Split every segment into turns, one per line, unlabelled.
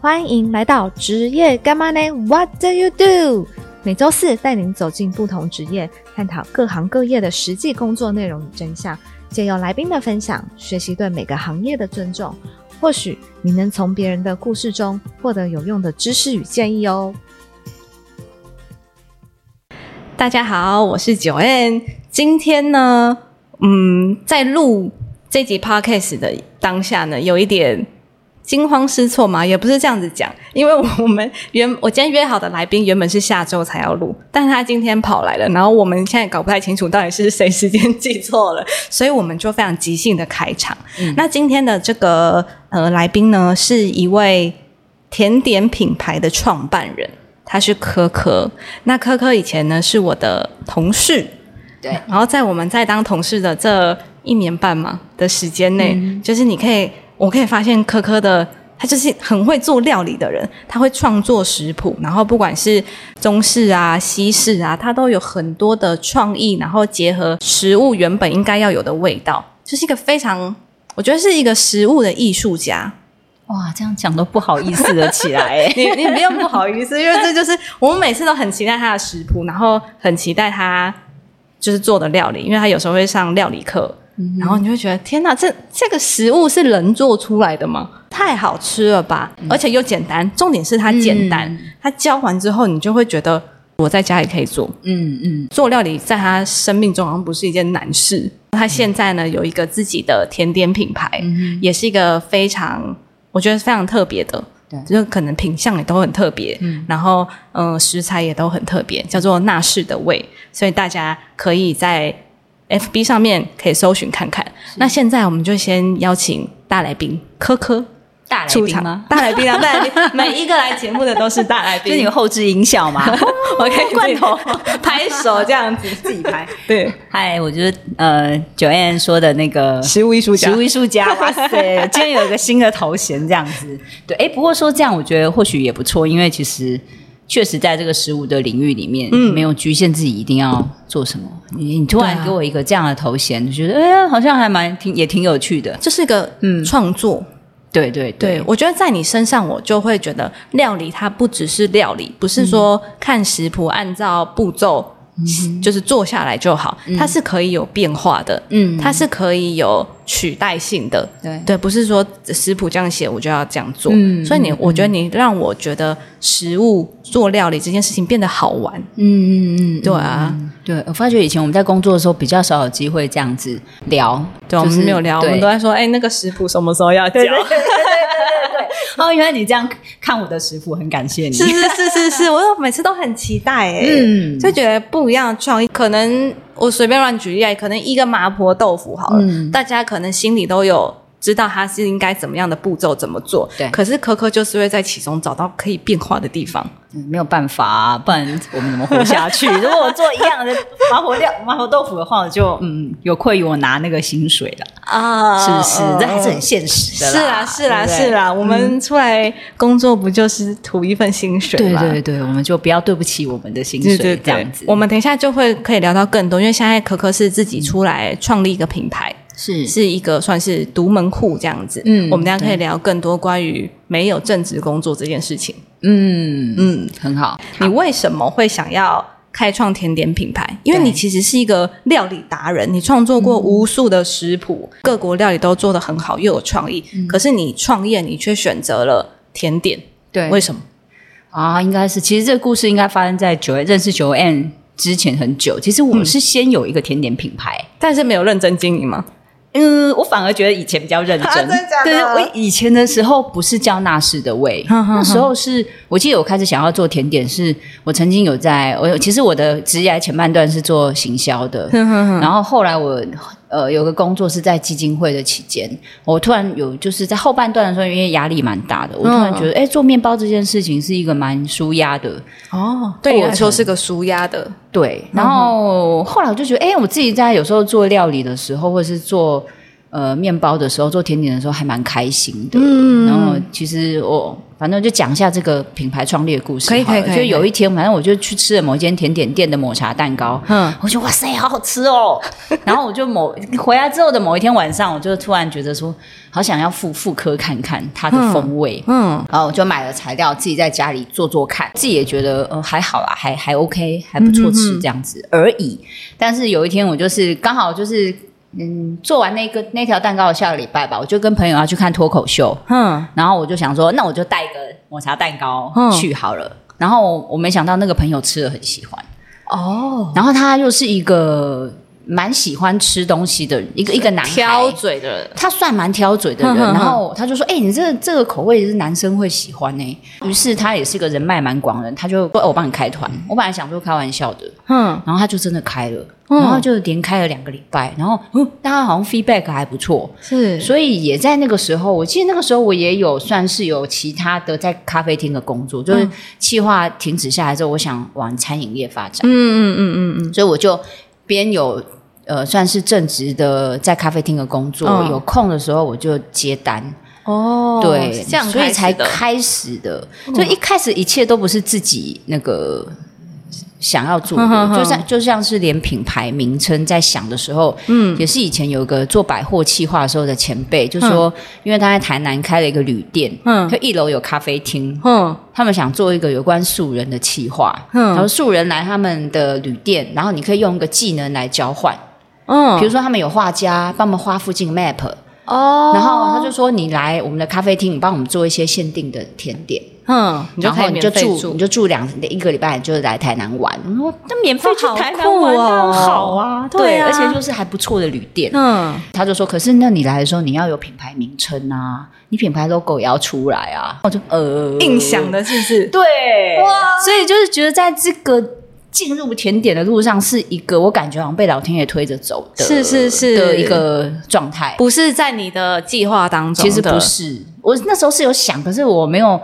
欢迎来到职业干嘛呢？What do you do？每周四带您走进不同职业，探讨各行各业的实际工作内容与真相，借由来宾的分享，学习对每个行业的尊重。或许你能从别人的故事中获得有用的知识与建议哦。
大家好，我是九 N。今天呢，嗯，在录这集 podcast 的当下呢，有一点惊慌失措嘛，也不是这样子讲，因为我们原 我今天约好的来宾原本是下周才要录，但是他今天跑来了，然后我们现在搞不太清楚到底是谁时间记错了， 所以我们就非常即兴的开场。那今天的这个呃来宾呢，是一位甜点品牌的创办人，他是可可。那科科以前呢是我的同事，
对
然后在我们在当同事的这一年半嘛的时间内，就是你可以，我可以发现科科的。他就是很会做料理的人，他会创作食谱，然后不管是中式啊、西式啊，他都有很多的创意，然后结合食物原本应该要有的味道，就是一个非常，我觉得是一个食物的艺术家。。
哇，这样讲都不好意思了起来、欸
你你不用不好意思，因为这就是我们每次都很期待他的食谱，然后很期待他就是做的料理，因为他有时候会上料理课，然后你会觉得天哪，这这个食物是人做出来的吗？太好吃了吧，而且又简单，重点是它简单，它教完之后你就会觉得我在家也可以做，
嗯嗯，
做料理在他生命中好像不是一件难事。他现在呢有一个自己的甜点品牌，也是一个非常我觉得非常特别的，
对
就是可能品相也都很特别，然后嗯、呃食材也都很特别，叫做纳氏的味，所以大家可以在 FB 上面可以搜寻看看。那现在我们就先邀请大来宾科科
大来
出
宾
场
吗？？
大来宾啊，大 来宾，每一个来节目的都是大来
就是你
宾
们。后置音效吗？
我可以
罐头
拍手这样子 自己拍，对，
嗨，我觉得呃，九燕说的那个
食物艺术家
食物艺术 家，哇塞，今天有一个新的头衔这样子。对，哎，不过说这样，我觉得或许也不错，因为其实确实在这个食物的领域里面，没有局限自己一定要做什么。你你突
对
然
啊
给我一个这样的头衔，就觉得哎，好像还蛮挺也挺有趣的。
这是一个
嗯
创作。
对对
对，我觉得在你身上，我就会觉得料理它不只是料理，不是说看食谱按照步骤、就是做下来就好，它是可以有变化的，
嗯
它是可以有取代性的。
对
对，不是说食谱这样写我就要这样做。
嗯
所以你，我觉得你让我觉得食物做料理这件事情变得好玩。
嗯嗯嗯，
对啊，
对，我发觉以前我们在工作的时候比较少有机会这样子聊，
对，我
就
们
是
没有聊，我们
对
都在说，哎、那个食谱什么时候要交？
哦，原来你这样看我的食谱，很感谢你。
是是是是是，我每次都很期待哎、
嗯
就觉得不一样的创意。可能我随便乱举例，可能一个麻婆豆腐好了，
嗯
大家可能心里都有知道它是应该怎么样的步骤怎么做，
对
可是可可就是会在其中找到可以变化的地方，
嗯没有办法、啊，不然我们怎么活 下去？如果我做一样的麻婆料、麻婆豆腐的话，我就嗯有愧于我拿那个薪水了，
啊
是不是？这还是很现实的
是啦是啦
对嗯不
是啊
对。
啦，我们出来工作不就是图一份薪水
对
吗？
对对，我们就不要对不起我们的薪
对
水，
啊对对，
这样子。
我们等一下就会可以聊到更多，因为现在可可是自己出来创立一个品牌，
是
是一个算是独门户这样子。嗯
嗯，
我们大家可以聊更多关于没有正职工作这件事情。
嗯嗯，
嗯，
很好。
你为什么会想要开创甜点品牌？因为你其实是一个料理达人，你创作过无数的食谱，各国料理都做得很好，又有创意。可是你创业，你却选择了甜点，
对
为什么？
啊，应该是。其实这个故事应该发生在九认识九 N 之前很久。其实我是先有一个甜点品牌，
但是没有认真经营吗？
嗯，我反而觉得以前比较啊认真。
真的假的
对，我以前的时候不是叫纳氏的味，
哼哼哼
那时候是我记得我开始想要做甜点，是我曾经有在我有其实我的职业前半段是做行销的，然后后来我呃有个工作是在基金会的期间，我突然有就是在后半段的时候，因为压力蛮大的，我突然觉得哎、诶做面包这件事情是一个蛮舒压的。
哦，对你
过
来说
程
是个舒压的，嗯
对，然后后来我就觉得，哎、我自己在有时候做料理的时候，或者是做呃面包的时候，做甜点的时候还蛮开心的。
嗯
然后其实我反正就讲一下这个品牌创立的故事好
可以
了。
可以可以
就有一天，反正我就去吃了某一间甜点店的抹茶蛋糕，
嗯
我就哇塞，好好吃 哦。然后我就某回来之后的某一天晚上，我就突然觉得说，好想要复复刻看看它的风味。
嗯
然后我就买了材料，自己在家里做做看，自己也觉得呃还好啦，还还 OK，还不错吃这样子而已。但是有一天我就是刚好就是嗯做完那个那条蛋糕的下个礼拜吧，我就跟朋友要去看脱口秀，
嗯
然后我就想说，那我就带一个抹茶蛋糕
嗯
去好了。然后我我没想到那个朋友吃的很喜欢，
哦，
然后他又是一个蛮喜欢吃东西的人一个一个男孩，
挑嘴的人，
他算蛮挑嘴 的人，
哼哼哼
然后他就说：“哎、你这这个口味是男生会喜欢呢、欸 于是他也是个人脉蛮广的人，他就说：“哦我帮你开团。”我本来想说开玩笑的，
嗯
然后他就真的开了，
嗯
然后就连开了两个礼拜，然后嗯，大家好像 feedback 还不错，
是
所以也在那个时候，我记得那个时候我也有算是有其他的在咖啡厅的工作，
嗯
就是计划停止下来之后，我想往餐饮业发展。
嗯嗯嗯嗯嗯
所以我就边有呃算是正职的在咖啡厅的工作，
嗯
有空的时候我就接单，
哦
对，
这样
所以
开
才
始的嗯
开始的。所以一开始一切都不是自己那个。想要做
哼哼嗯
的，
哼
就像就像是连品牌名称在想的时候，
嗯
也是以前有个做百货企划的时候的前辈，就说，因为他在台南开了一个旅店，
嗯
就一楼有咖啡厅，
嗯
他们想做一个有关素人的企划，
嗯
然后素人来他们的旅店，然后你可以用一个技能来交换，
嗯，
比如说他们有画家帮我们画附近 map，、
哦，
然后他就说你来我们的咖啡厅，你帮我们做一些限定的甜点，
嗯，你就
然
可
后
以
你就
免费
住你就住两一个礼拜，你就来台南玩。我说那免费去
哦好
台南玩
酷哦
啊，好啊，
对啊
而且就是还不错的旅店。
嗯
他就说：“可是那你来的时候，你要有品牌名称啊，你品牌 logo 也要出来啊。”我就呃，
硬想的是不是？
对，所以就是觉得在这个进入甜点的路上，是一个我感觉好像被老天爷推着走的，
是是是
的一个状态。
不是在你的计划当中
其
的，
实不是，我那时候是有想，可是我没有。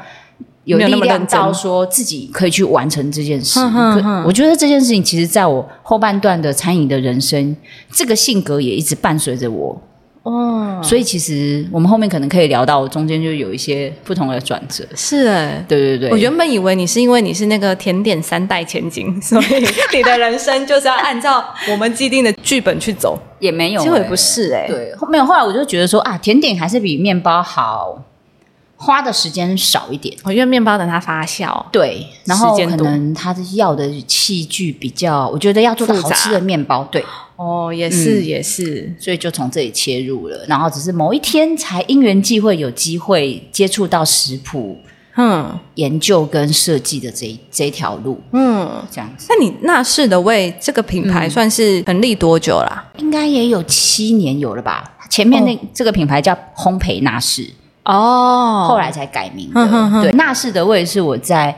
有
没有
力
那么
量
认真
到说自己可以去完成这件事，
哼哼哼
可我觉得这件事情其实在我后半段的餐饮的人生，这个性格也一直伴随着我，
哦，
所以其实我们后面可能可以聊到，我中间就有一些不同的转折。
是哎。
对对对，
我原本以为你是因为你是那个甜点三代千金， 所以你的人生就是要按照我们既定的剧本去走。
也没有、欸，
结果也不是欸
对，后没有。后来我就觉得说啊，甜点还是比面包好，花的时间少一点。
我因为面包等它发酵，
对，然后
时间
可
多
能它要的器具比较，我觉得要做到
复
好
杂
吃的面包，对，
哦，也是、
嗯
也是，
所以就从这里切入了。然后只是某一天才因缘际会有机会接触到食谱
嗯
研究跟设计的这一这一条路，
嗯。
这样子
那你那世的味这个品
嗯
牌算是成立多久啦、
应该也有七年有了吧。前面那、这个品牌叫烘焙纳仕，
哦
后来才改名的。
哼哼哼
对，纳氏的味是我在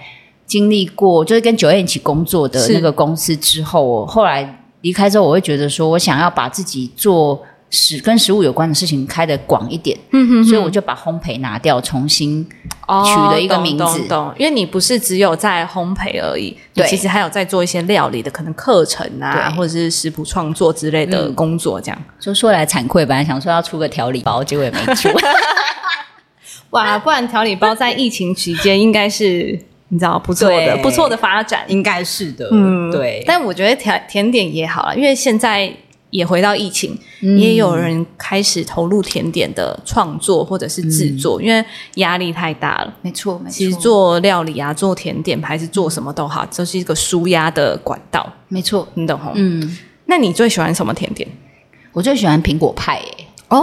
经历过，就是跟九燕一起工作的
是
那个公司之后，我后来离开之后，我会觉得说我想要把自己做食跟食物有关的事情开得广一点，
嗯哼
所以我就把烘焙拿掉，重新
哦
取了一个名字
懂懂懂因为你不是只有在烘焙而已，你
对
其实还有在做一些料理的可能课程啊，
对
或者是食谱创作之类的
嗯
工作，这样、
就说来惭愧，本来想说要出个调理包，结果也没 出。
哇，不然调理包在疫情期间应该是你知道不错的
对
不错的发展，
应该是的，对，
嗯但我觉得甜甜点也好了，因为现在也回到疫情，
嗯
也有人开始投入甜点的创作或者是制作，因为压力太大了。
嗯没错，没错，
其实做料理啊，做甜点还是做什么都好，这是一个舒压的管道，
没错，
你懂吗？
嗯，
那你最喜欢什么甜点？
我最喜欢苹果派、欸，
哦，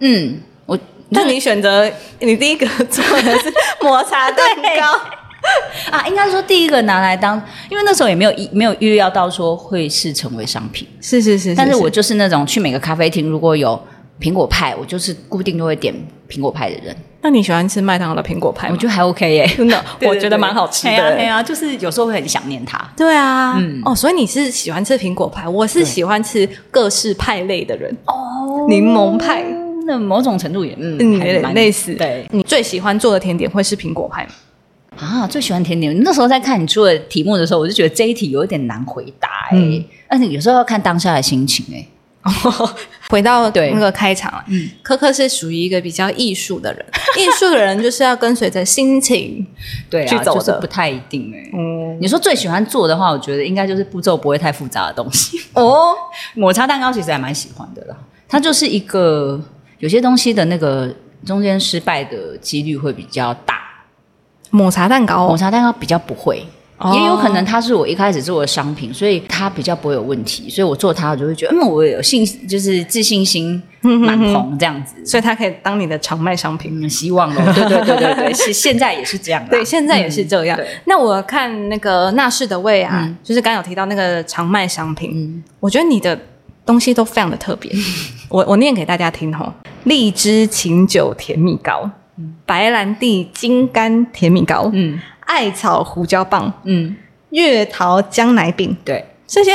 嗯，我
那你选择你第一个做的是抹茶蛋 糕，
啊，应该说第一个拿来当，因为那时候也没有意没有预料到说会是成为商品，
是是是
但是我就是那种去每个咖啡厅如果有苹果派，我就是固定都会点苹果派的人，
那你喜欢吃麦当劳的苹果派吗？
我觉得还 OK 耶、
真的，
对
我觉得蛮好吃的。
对啊，对啊，就是有时候会很想念它。
对啊，
嗯
哦，所以你是喜欢吃苹果派，我是
对
喜欢吃各式派类的人。
哦
柠檬派
那某种程度也嗯，
嗯，
还
有点
蛮
类似。
对
你最喜欢做的甜点会是苹果派吗？
啊，最喜欢甜点。那时候在看你出的题目的时候，我就觉得这一题有点难回答哎、
嗯
而且有时候要看当下的心情哎、
回到
对
那个开场了，
嗯
科科是属于一个比较艺术的人， 艺术的人就是要跟随着心情，
对
去
啊，
走
就
的
是不太一定哎、
嗯，
你说最喜欢做的话，我觉得应该就是步骤不会太复杂的东西。
哦，
抹茶蛋糕其实还蛮喜欢的啦，它就是一个有些东西的那个中间失败的几率会比较大，
抹茶蛋糕
抹
哦，
茶蛋糕比较不会。
哦
也有可能它是我一开始做的商品，所以它比较不会有问题，所以我做它我就会觉得，嗯，我有信，就是自信心满棚这样子。
所以它可以当你的常卖商品。
嗯，希望 咯，对对对对对，是现在也是这样啦。
对，现在也是这样。
嗯对
那我看那个纳氏的胃啊，
嗯
就是刚刚有提到那个常卖商品，
嗯
我觉得你的东西都非常的特别。我我念给大家听吼：荔枝琴酒甜蜜糕，白兰地金柑甜蜜糕，
嗯
艾草胡椒棒，
嗯，
月桃姜奶饼，
对，
这些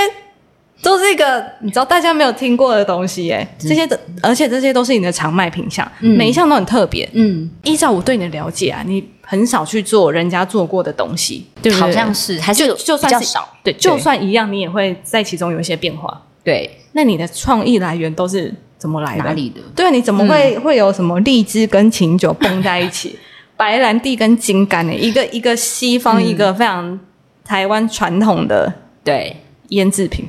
都是一个你知道大家没有听过的东西耶。这些的，而且这些都是你的常卖品项，
嗯
每一项都很特别。
嗯，
依照我对你的了解啊，你很少去做人家做过的东西，对不对？
好像是还是
就
有
就算
比较
是
少，
对，就算一样，你也会在其中有一些变化。
对
那你的创意来源都是怎么哎来的？
哪？里的
对，啊你怎么会、会有什么荔枝跟琴酒蹦在一起？白兰地跟金柑呢、一个一个西方，一个非常台湾传统的
对
腌制品。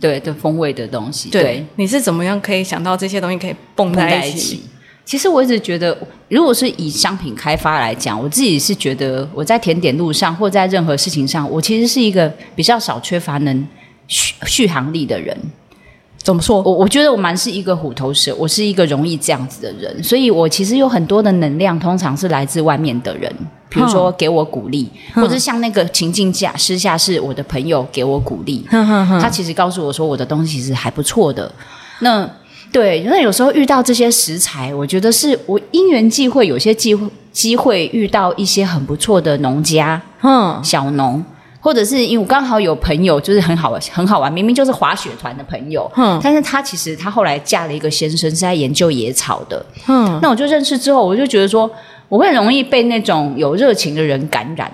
对对风味的东西，
你是怎么样可以想到这些东西可以蹦
碰在
在
一
一起？
起。其实我一直觉得，如果是以商品开发来讲，我自己是觉得我在甜点路上或在任何事情上，我其实是一个比较少缺乏能续续航力的人。
怎么说？
我我觉得我蛮是一个虎头蛇，我是一个容易这样子的人，所以我其实有很多的能量，通常是来自外面的人，比如
嗯
说给我鼓励，或者像那个情境下私下是我的朋友给我鼓励，
哼哼哼
他其实告诉我说我的东西其实还不错的。那对，那有时候遇到这些食材，我觉得是我因缘际会，有些机会机会遇到一些很不错的农家，
哼，
小农，或者是因为我刚好有朋友就是很好玩，很好玩，明明就是滑雪团的朋友，
嗯
但是他其实他后来嫁了一个先生是在研究野草的，
哼，
那我就认识之后，我就觉得说我会很容易被那种有热情的人感染，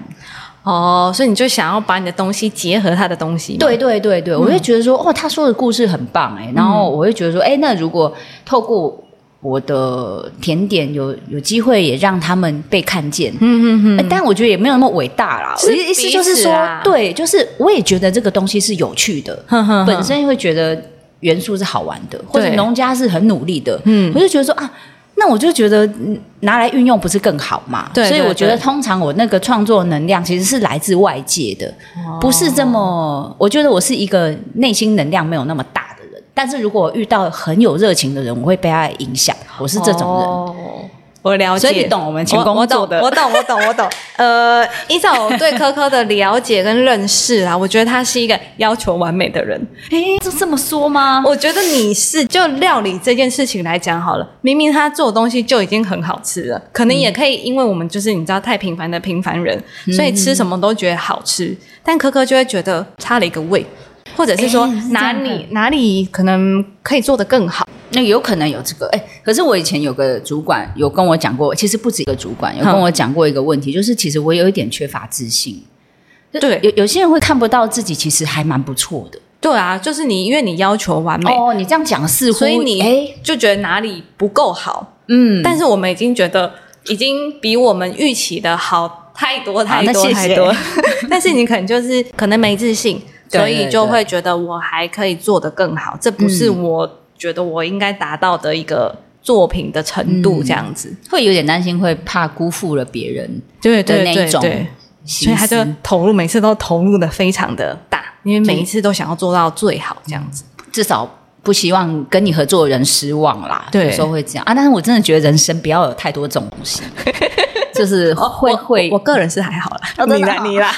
哦，所以你就想要把你的东西结合他的东西嘛，
对对对
嗯
对，我会觉得说哦，他说的故事很棒哎、然后我会觉得说哎，那如果透过我的甜点有有机会也让他们被看见，
嗯哼
欸但我觉得也没有那么伟大啦。
是
我的意思
彼
就是
此
说
啊，
对，就是我也觉得这个东西是有趣的，
哼嗯哼哼
本身会觉得元素是好玩的，或者
对
农家是很努力的，
嗯
我就觉得说啊。那我就觉得嗯拿来运用不是更好嘛？
对
所以
对
我觉得
对
通常我那个创作能量其实是来自外界的，
哦
不是这么。我觉得我是一个内心能量没有那么大的人，但是如果遇到很有热情的人，我会被他影响，我是这种人。
人。哦我了解，
所以你懂我们前
我
工
我懂
作的
我懂，我懂，我 懂。呃，依照我对科科的了解跟认识啊，我觉得他是一个要求完美的人。
诶，就这么说吗？
我觉得你是就料理这件事情来讲好了，明明他做的东西就已经很好吃了，可能也可以因为我们就是你知道太平凡的平凡人，
嗯
所以吃什么都觉得好吃，但可可就会觉得差了一个味，或者是说
哎是这样
哪里、哪里可能可以做得更好。
那有可能有这个，哎、可是我以前有个主管有跟我讲过，其实不止一个主管有跟我讲过一个问题，就是其实我有一点缺乏自信。就
对
有有些人会看不到自己其实还蛮不错的。
对啊，就是你因为你要求完美，
哦，你这样讲似乎，
所以你
哎、
就觉得哪里不够好，
嗯，
但是我们已经觉得已经比我们预期的好太多太
那
多
谢谢
太多， 但是你可能就是可能没自信，
对
所以就会觉得我还可以做得更好，这不是
嗯
我觉得我应该达到的一个作品的程度，
嗯
这样子。
会有点担心，会怕辜负了别人
对
的
对
那
对
一种
对，
心
所以他就
思
投入每次都投入的非常的大，因为每一次都想要做到最好这样子。
至少不希望跟你合作的人失望啦。
对
有时候会这样啊。但是我真的觉得人生不要有太多这种东 西，就是会会
我个人是还好啦，
哦真
你
的
啦
哦
你啦，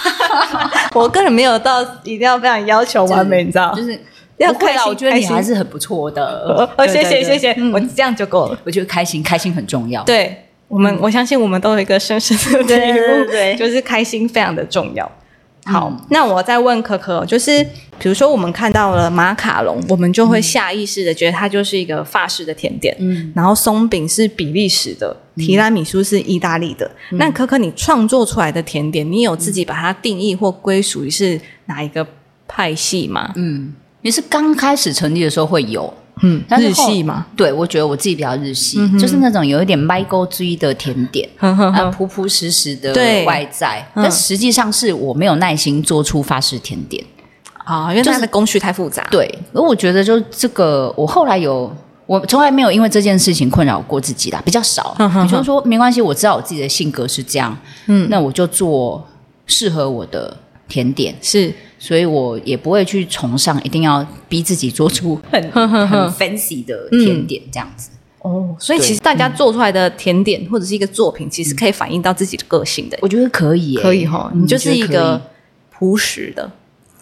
我个人没有到一定要非常要求完美，你知道？
就是
要
不会
开
啦，
心
我觉得
开
你
心
还是很不错的
哦。哦，谢谢
对
谢，谢
对对，
我这样就够了。
我觉得开心，开心很重要。，
对我们，我相信我们都有一个深深的
嗯对
体
对对
悟，
对
就是开心非常的重要。好
嗯，
那我再问可可，就是比如说我们看到了马卡龙，我们就会下意识的觉得它就是一个法式的甜点，
嗯，
然后松饼是比利时的，提拉米苏是意大利的。
嗯
那可可，你创作出来的甜点，你有自己把它定义或归属于是哪一个派系吗？
嗯，也是刚开始成立的时候会有，
嗯，
但是
日
后
系嘛，嗯
对我觉得我自己比较日系，就是那种有一点 Michael G 的甜点。
呵呵
啊，
呵，
朴朴实实的
嗯对
外在，
嗯
但实际上是我没有耐心做出法式甜点。
啊，因为
就
它
是
的工序太复杂，
对，而我觉得就这个，我后来有，我从来没有因为这件事情困扰过自己啦，比较少。
嗯哼
你就说没关系，我知道我自己的性格是这样，
嗯
嗯，那我就做适合我的甜点，
是
所以我也不会去崇尚一定要逼自己做出很
呵呵
很
呵
fancy 的甜点这样子。
哦，所以
对
其实大家做出来的甜点或者是一个作品，其实可以反映到自己的个性的，
我觉得可以耶、
可以哈，
嗯
你就是一
我觉得可
个朴实的，
以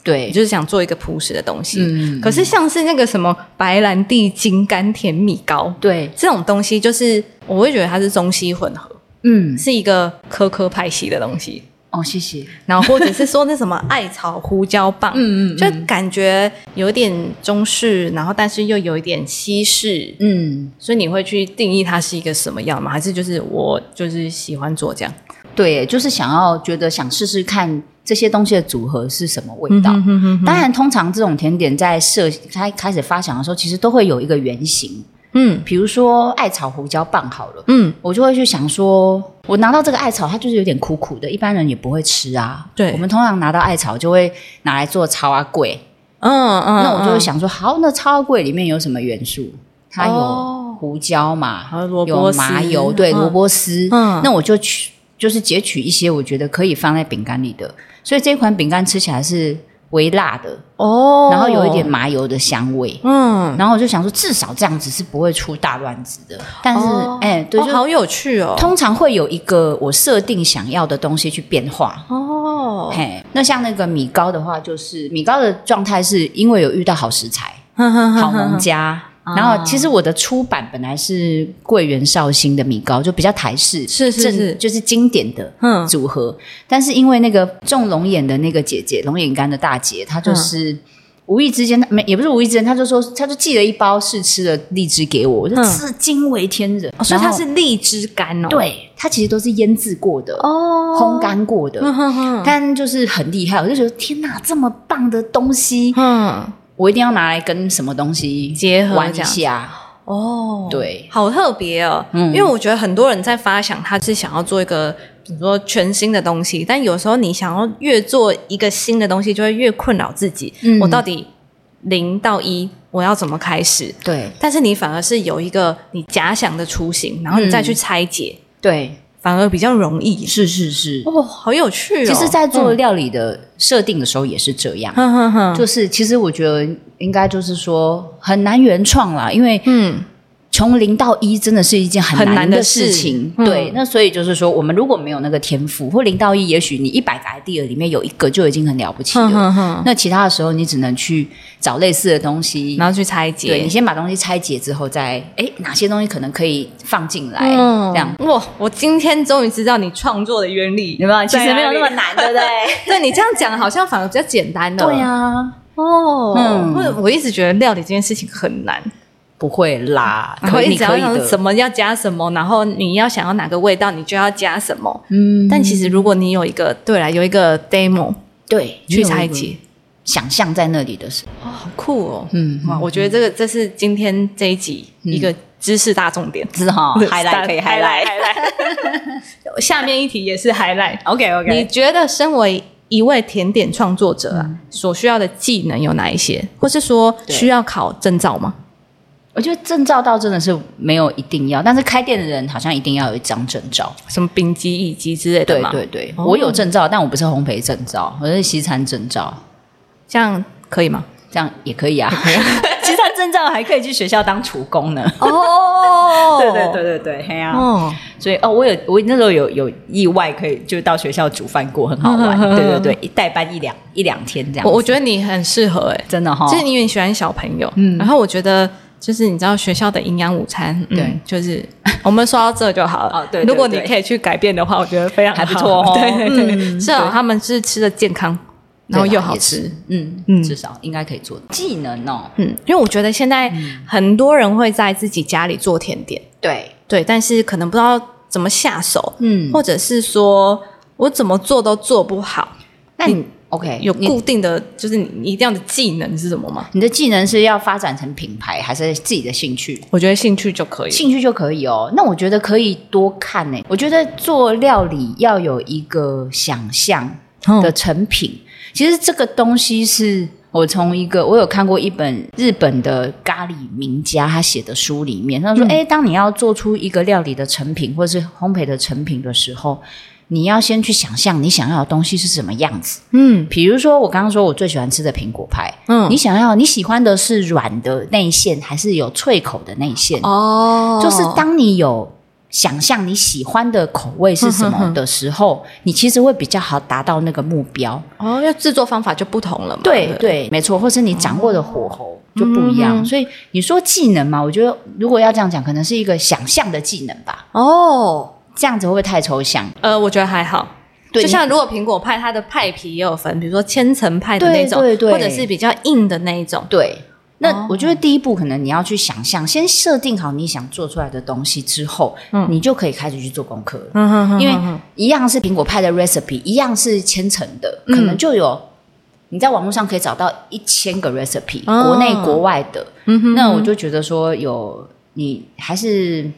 对
你，就是想做一个朴实的东西。
嗯
可是像是那个什么白兰地金甘甜米糕
对，
这种东西，就是我会觉得它是中西混合，
嗯，
是一个科科派系的东西。
哦，谢谢。
然后或者是说那什么艾草胡椒棒，
嗯嗯嗯
就感觉有点中式，然后但是又有一点西式，
嗯，
所以你会去定义它是一个什么样吗？还是就是我就是喜欢做这样
对耶，就是想要觉得想试试看这些东西的组合是什么味道。
嗯哼哼哼
当然，通常这种甜点在设开开始发想的时候，其实都会有一个原型，
嗯
比如说艾草胡椒棒好了，
嗯，
我就会去想说，我拿到这个艾草，它就是有点苦苦的，一般人也不会吃啊。
对
我们通常拿到艾草就会拿来做超阿贵，
嗯嗯，
那我就会
嗯，
想说，好，那超阿贵里面有什么元素？它有
哦
胡椒嘛，
还有萝卜
有
丝
麻油，对，
嗯
萝卜丝。
嗯
那我就取，就是截取一些我觉得可以放在饼干里的，所以这款饼干吃起来是微辣的，
哦，
然后有一点，麻油的香味。
嗯，
然后我就想说，至少这样子是不会出大乱子的。但是，哎、
哦
对，
哦
就
好有趣哦，
通常会有一个我设定想要的东西去变化。
哦，
嘿，那像那个米糕的话，就是米糕的状态是因为有遇到好食材、好
好
农家。
啊
然后，其实我的出版本来是桂圆绍兴的米糕，就比较台式，
是是
正
是
就是经典的
嗯
组合。但是因为那个种龙眼的那个姐姐，龙眼干的大姐，她就是
嗯
无意之间，没也不是无意之间，她就说，她就寄了一包试吃的荔枝给我，我就
嗯
吃惊为天人。
哦所以它
然后
是荔枝干哦，，
对，它其实都是腌制过的，
哦，
烘，干过的，
嗯哼哼，
但就是很厉害，我就觉得天哪，这么棒的东西，
嗯，
我一定要拿来跟什么东西
结合
玩一
这样
下。
哦，
对
好特别哦。
嗯
因为我觉得很多人在发想，他是想要做一个，比如说全新的东西，但有时候你想要越做一个新的东西，就会越困扰自己。
嗯
我到底零到一，我要怎么开始？
对
但是你反而是有一个你假想的雏形，然后你再去拆解，
对，
反而比较容易。
是是是。
哦，好有趣哦！
嗯
嗯
其实，在做料理的设定的时候也是这样，
哼哼哼，
就是其实我觉得应该就是说很难原创啦，因为
嗯，
从零到一真的是一件很
很难
难
的
的
事
事情。
嗯
对，那所以就是说，我们如果没有那个天赋，或零到一，也许你一百个 idea 里面有一个就已经很了不起了。
嗯哼哼哼，
那其他的时候，你只能去找类似的东西，
然后去拆解，
对你先把东西拆解之后再，哎哪些东西可能可以放进来，这样
嗯哇！我今天终于知道你创作的原理，
有没有？其实没有那么
在哪里。
难，对不对？
对你这样讲，好像反而比较简单了。
对啊，
哦，
嗯
我我一直觉得料理这件事情很难，
不会啦，
然后
可以
一
你
直要
可以
想
的。
什么要加什么，然后你要想要哪个味道，你就要加什么。
嗯
但其实如果你有一个对啦，有一个 demo
对
去拆，解，
想象在那里的时候，
哦，好酷哦！
嗯，
哇，我觉得这个这是今天这一集一个知识大重点。
是哈，还来可以还来
highlight 嗯下面一题也是 highlight。
，OK
你觉得身为一位甜点创作者啊，所需要的技能有哪一些，或是说
对
需要考证照吗？
我觉得证照倒真的是没有一定要，但是开店的人好像一定要有一张证照。
什么丙级、乙级之类的
对
吗？
对对，
哦
我有证照，但我不是烘焙证照，我是西餐证照。
这样可以吗？
这样也可 以啊。其实他证照还可以去学校当厨工呢。
哦
对对，嘿啊
哦，
所以哦，我有我那时候有有意外可以就到学校煮饭过，很好 玩。
嗯
对对对，一代班一两一两天这样子。
我我觉得你很适合哎、
真的哈、
就是你也喜欢小朋友，
哦嗯
然后我觉得。就是你知道学校的营养午餐，嗯
对，
就是我们说到这就好了。
哦对对
如果你
对
可以去改变的话，我觉得非常
还不
好
错哦
对对对，
嗯
至少他们是吃的健康，
对
然后
啦
又好。
也
吃
是。嗯
嗯
嗯，至少应该可以做技能哦。
嗯，因为我觉得现在很多人会在自己家里做甜点，
嗯对，
对，但是可能不知道怎么下手，
嗯，
或者是说我怎么做都做不好。
那你 OK，
有
你
固定的，就是你一定要的技能是什么吗？
你的技能是要发展成品牌，还是自己的兴趣？
我觉得兴趣就可以了。
兴趣就可以哦。那我觉得可以多看呢、我觉得做料理要有一个想象
嗯
的成品。其实这个东西是我从一个我有看过一本日本的咖喱名家他写的书里面，
嗯
他说：“哎、当你要做出一个料理的成品或是烘焙的成品的时候，你要先去想象你想要的东西是什么样子。”
嗯
比如说，我刚刚说我最喜欢吃的苹果派，
嗯
你想要你喜欢的是软的内馅，还是有脆口的内馅？
哦
就是当你有想象你喜欢的口味是
嗯
什么的时候，你其实会比较好达到那个目标。
哦，要制作方法就不同了嘛。
对
不，
对，没错，或是你掌握的火候就不一样。
嗯
所以你说技能嘛，我觉得如果要这样讲，可能是一个想象的技能吧。
哦，
这样子会不会太抽象？
呃，我觉得还好。
对
就像如果苹果派，它的派皮也有分，比如说千层派的
对
那种，
对对
或者是比较硬的那一种。
对。
哦
那我觉得第一步可能你要去想象，先设定好你想做出来的东西之后，你就可以开始去做功课了。
嗯哼哼
因为一样是苹果派的 recipe，一样是千层的，
嗯
可能就有、你在网络上可以找到一千个 recipe，、
哦
国内国外的。
嗯哼
那我就觉得说有你还是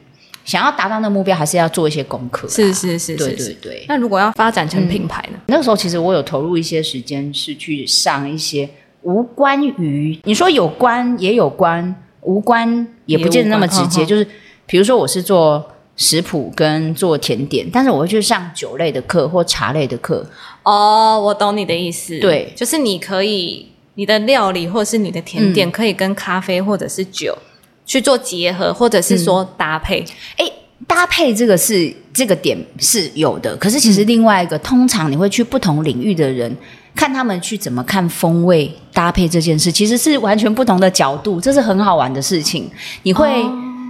想要达到那个目标，还是要做一些功课、啊。
是是是
对
是
对
是。
对。
那如果要发展成品牌呢？
那时候其实我有投入一些时间，是去上一些无关于你说有关也有关，无关也不见得那么直
也
接。
无关
就是比如说我是做食谱跟做甜点，但是我会去上酒类的课或茶类的课。
哦，我懂你的意思。
对
就是你可以你的料理或是你的甜点可以跟咖啡或者是酒去做结合，或者是说搭配。
哎，搭配这个是这个点是有的，可是其实另外一个，通常你会去不同领域的人。看他们去怎么看风味搭配这件事，其实是完全不同的角度，这是很好玩的事情。你会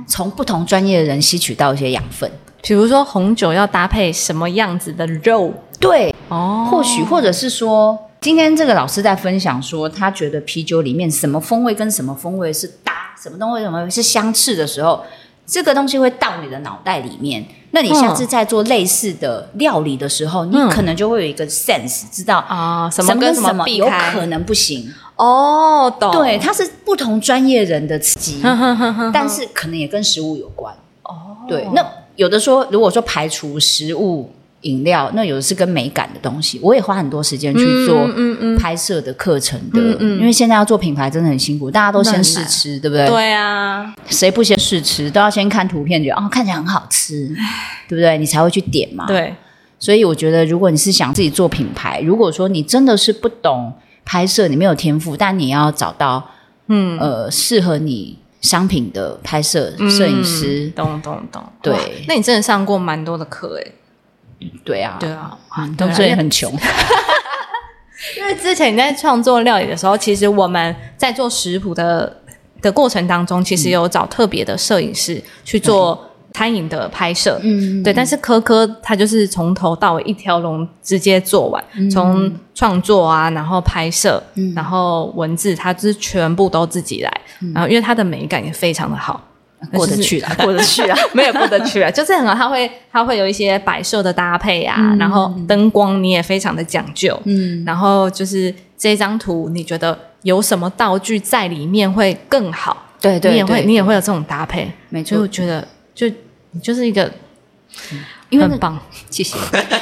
从不同专业的人吸取到一些养分。
比如说红酒要搭配什么样子的肉？
对，
哦，
或许或者是说，今天这个老师在分享说，他觉得啤酒里面什么风味跟什么风味是搭，什么东西什么是相斥的时候，这个东西会到你的脑袋里面。那你下次在做类似的料理的时候，
嗯
你可能就会有一个 sense，知道
啊、什么跟
跟
什
什
么
么
避
有可
开？
能不行。
哦，懂。嗯
对，它是不同专业人的刺激，
哼哼哼哼
但是可能也跟食物有关。
哦，
对，那有的说，如果说排除食物、饮料，那有的是跟美感的东西，我也花很多时间去做
嗯嗯嗯嗯
拍摄的课程的，
嗯嗯
因为现在要做品牌真的很辛苦，大家都先试吃，对不对？
对啊，
谁不先试吃，都要先看图片，觉得哦看起来很好吃，对不对？你才会去点嘛。，
对，
所以我觉得，如果你是想自己做品牌，如果说你真的是不懂拍摄，你没有天赋，但你要找到
嗯，
呃适合你商品的拍摄摄影师，
懂懂懂，
对
哇那你真的上过蛮多的课诶，
对啊，
对啊，哇
嗯，
对啊
所以很 穷。
因为之前你在创作料理的时候，其实我们在做食谱的的过程当中，其实有找特别的摄影师去做餐饮的拍摄，
嗯，
对，但是科科他就是从头到尾一条龙直接做完，从创作啊，然后拍摄，然后文字，他就是全部都自己来。然后因为他的美感也非常的好，
过得去啦，过得去 啦。
没有过得去啊， 就是很好。他会他会有一些摆设的搭配啊，然后灯光你也非常的讲究，
嗯，
然后就是这张图你觉得有什么道具在里面会更好，
对对，
你也会
对
你也会有这种搭配，
没
所以我
错，
觉得就你就是一个。
因为那
很棒，
谢谢。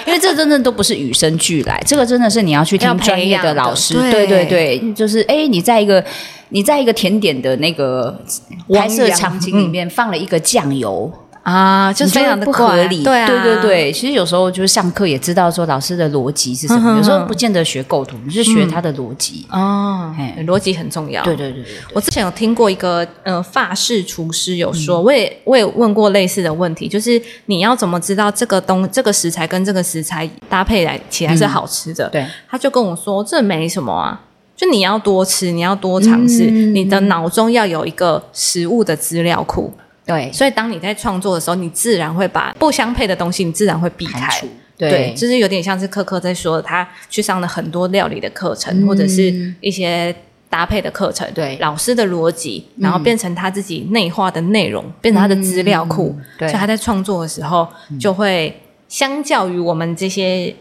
因为这真的都不是与生俱来，这个真的是你要去
要
听
培
专业
养的
的老师。
对
对对对，就是哎，你在一个你在一个甜点的那个
汪
拍摄
洋嗯
场景里面放了一个酱油，
啊，就
你
是非
会
常的
不
怪
合理。
对啊，
对对，对，其实有时候就是上课也知道说老师的逻辑是什
嗯哼
么，有时
哼
候不见得学构图，你是
嗯
学他的逻辑。
哦
嘿，
逻辑很重要。
对对对对对，
我之前有听过一个呃法式厨师
嗯
有说，我也我也问过类似的问题，就是你要怎么知道这个东这个食材跟这个食材搭配来起来是好吃的？
嗯对，
他就跟我说这没什么啊，就你要多吃，你要多尝试，
嗯
你的脑中要有一个食物的资料库，
对
所以当你在创作的时候，你自然会把不相配的东西，你自然会避开
排。除
哎对，
对
就是有点像是科科在说的，他去上了很多料理的课程，或者是一些搭配的课程，
嗯对
老师的逻辑，然后变成他自己内化的内容，变成他的资料库，
嗯对嗯
所以他在创作的时候就会相较于我们这些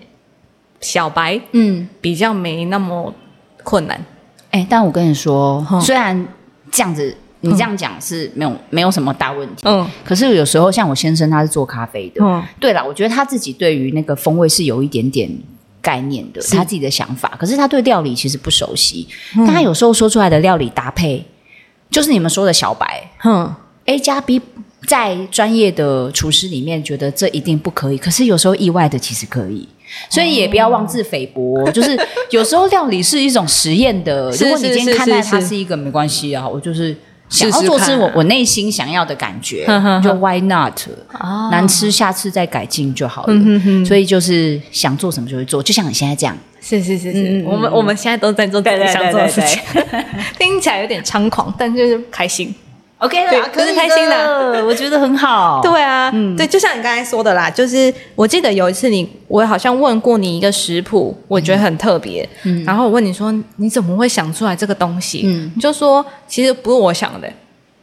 小白
嗯，
比较没那么困难。
哎、但我跟你说，
嗯
虽然这样子你这样讲是没有没有什么大问题，
嗯
可是有时候像我先生他是做咖啡的，
嗯
对啦，我觉得他自己对于那个风味是有一点点概念的，
是
他自己的想法。可是他对料理其实不熟悉，但他有时候说出来的料理搭配，就是你们说的小白
哼，
A 加 B，在专业的厨师里面觉得这一定不可以，可是有时候意外的其实可以。所以也不要妄自菲薄，就是有时候料理是一种实验的。
哦 是
如果你今
是
天
是
看待
是
它
是
是一个没关系啊，我就是想要
试试
做
看
出我
啊
我内心想要的感 觉
哼哼，哼
就 Why not？
哦
难吃，下次再改进就好了。
嗯哼哼
所以就是想做什么就会做，就像你现在这样。
是是是
嗯嗯
是
嗯，
我们
嗯
我们现在都在做自己
对对
想做的事
对
情， 听起来有点猖狂，但就是开心。
OK
啦可以的，
我觉得很好。
对啊，
嗯
对，就像你刚才说的啦，就是我记得有一次你，我好像问过你一个食谱，我觉得很特别，然后我问你说你怎么会想出来这个东西？
嗯
你就说其实不是我想的，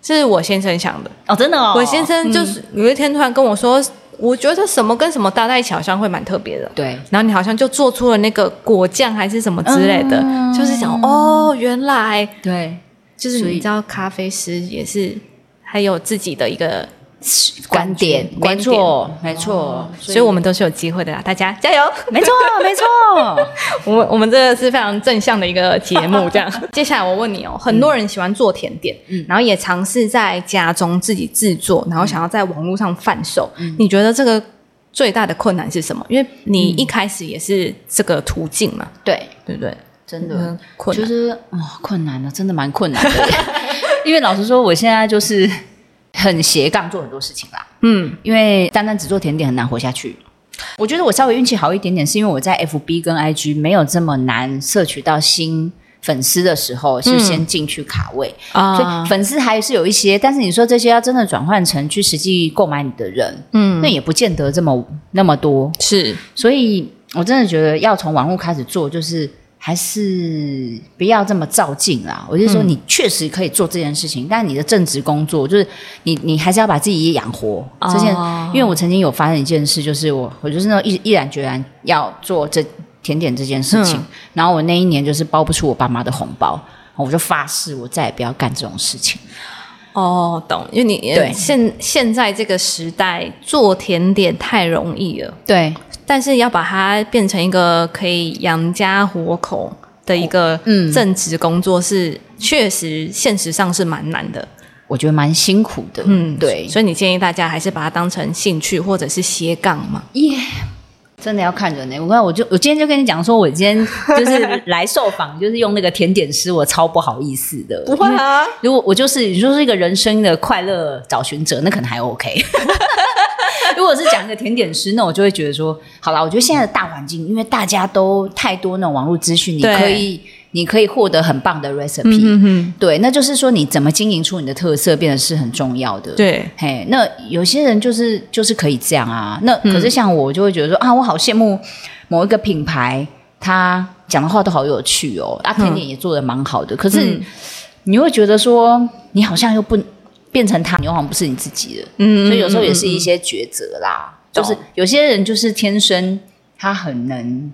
是我先生想的。
哦，真的哦，嗯
我先生就是有一天突然跟我说，我觉得什么跟什么搭在一起好像会蛮特别的。
对，
然后你好像就做出了那个果酱还是什么之类的，
嗯
就是想哦，原来
对，
就是
所以
你知道咖啡师也是还有自己的一个
观点，
观
没
点
错，哦没错，
所以我们都是有机会的啦，大家加油！
没 错，没错。
我们我们这个是非常正向的一个节目，这样。 接下来我问你哦，很
嗯
多人喜欢做甜点，然后也尝试在家中自己制作，
嗯
然后想要在网络上贩售，你觉得这个最大的困难是什么？因为你
嗯
一开始也是这个途径嘛，
对，
对不对？
真
嗯
的，
困
就
难
是哦，困难的，真的蛮困难的。 因为老实说，我现在就是很斜杠做很多事情啦。
嗯
因为单单只做甜点很难活下去。我觉得我稍微运气好一点点，是因为我在 FB 跟 IG 没有这么难摄取到新粉丝的时候，是先进去卡位，所以
啊，
粉丝还是有一些。但是你说这些要真的转换成去实际购买你的人，
嗯
那，也不见得这么那么多。
是
所以我真的觉得要从网络开始做，就是还是不要这么照进啦。我就
嗯
说，你确实可以做这件事情，但你的正职工作就是你，你还是要把自己养活。
哦
这件，因为我曾经有发生一件事，就是我我就是那种毅毅然决然要做这甜点这件事情，
嗯
然后我那一年就是包不出我爸妈的红包。我就发誓，我再也不要干这种事情。
哦，懂。因为你
对
现现在这个时代做甜点太容易了。
对，
但是要把它变成一个可以养家活口的一个
嗯
正职工作是，确实现实上是蛮难的。
我觉得蛮辛苦的。
嗯，
对，
所以你建议大家还是把它当成兴趣或者是斜杠嘛。
耶、真的要看人呢、欸我刚才我就我今天就跟你讲说，我今天 就是来受访，就是用那个甜点师，我超不好意思的。因为
啊，
如果我就是你说是一个人生的快乐找寻者，那可能还 OK。如果是讲一个甜点师，那我就会觉得说，好啦，我觉得现在的大环境，因为大家都太多那种网络资讯，你
对
可以你可以获得很棒的 recipe，、
嗯哼
对，那就是说你怎么经营出你的特色，变得是很重要的。
哼，对，
嘿，那有些人就是就是可以这样啊。那
嗯
可是像我就会觉得说、啊，我好羡慕某一个品牌，他讲的话都好有趣哦，啊，甜点也做的蛮好的。可是
嗯
你会觉得说，你好像又不变成他，你又好像不是你自己的，
嗯
所以有时候也是一些抉择啦。
懂
就是有些人就是天生他很能，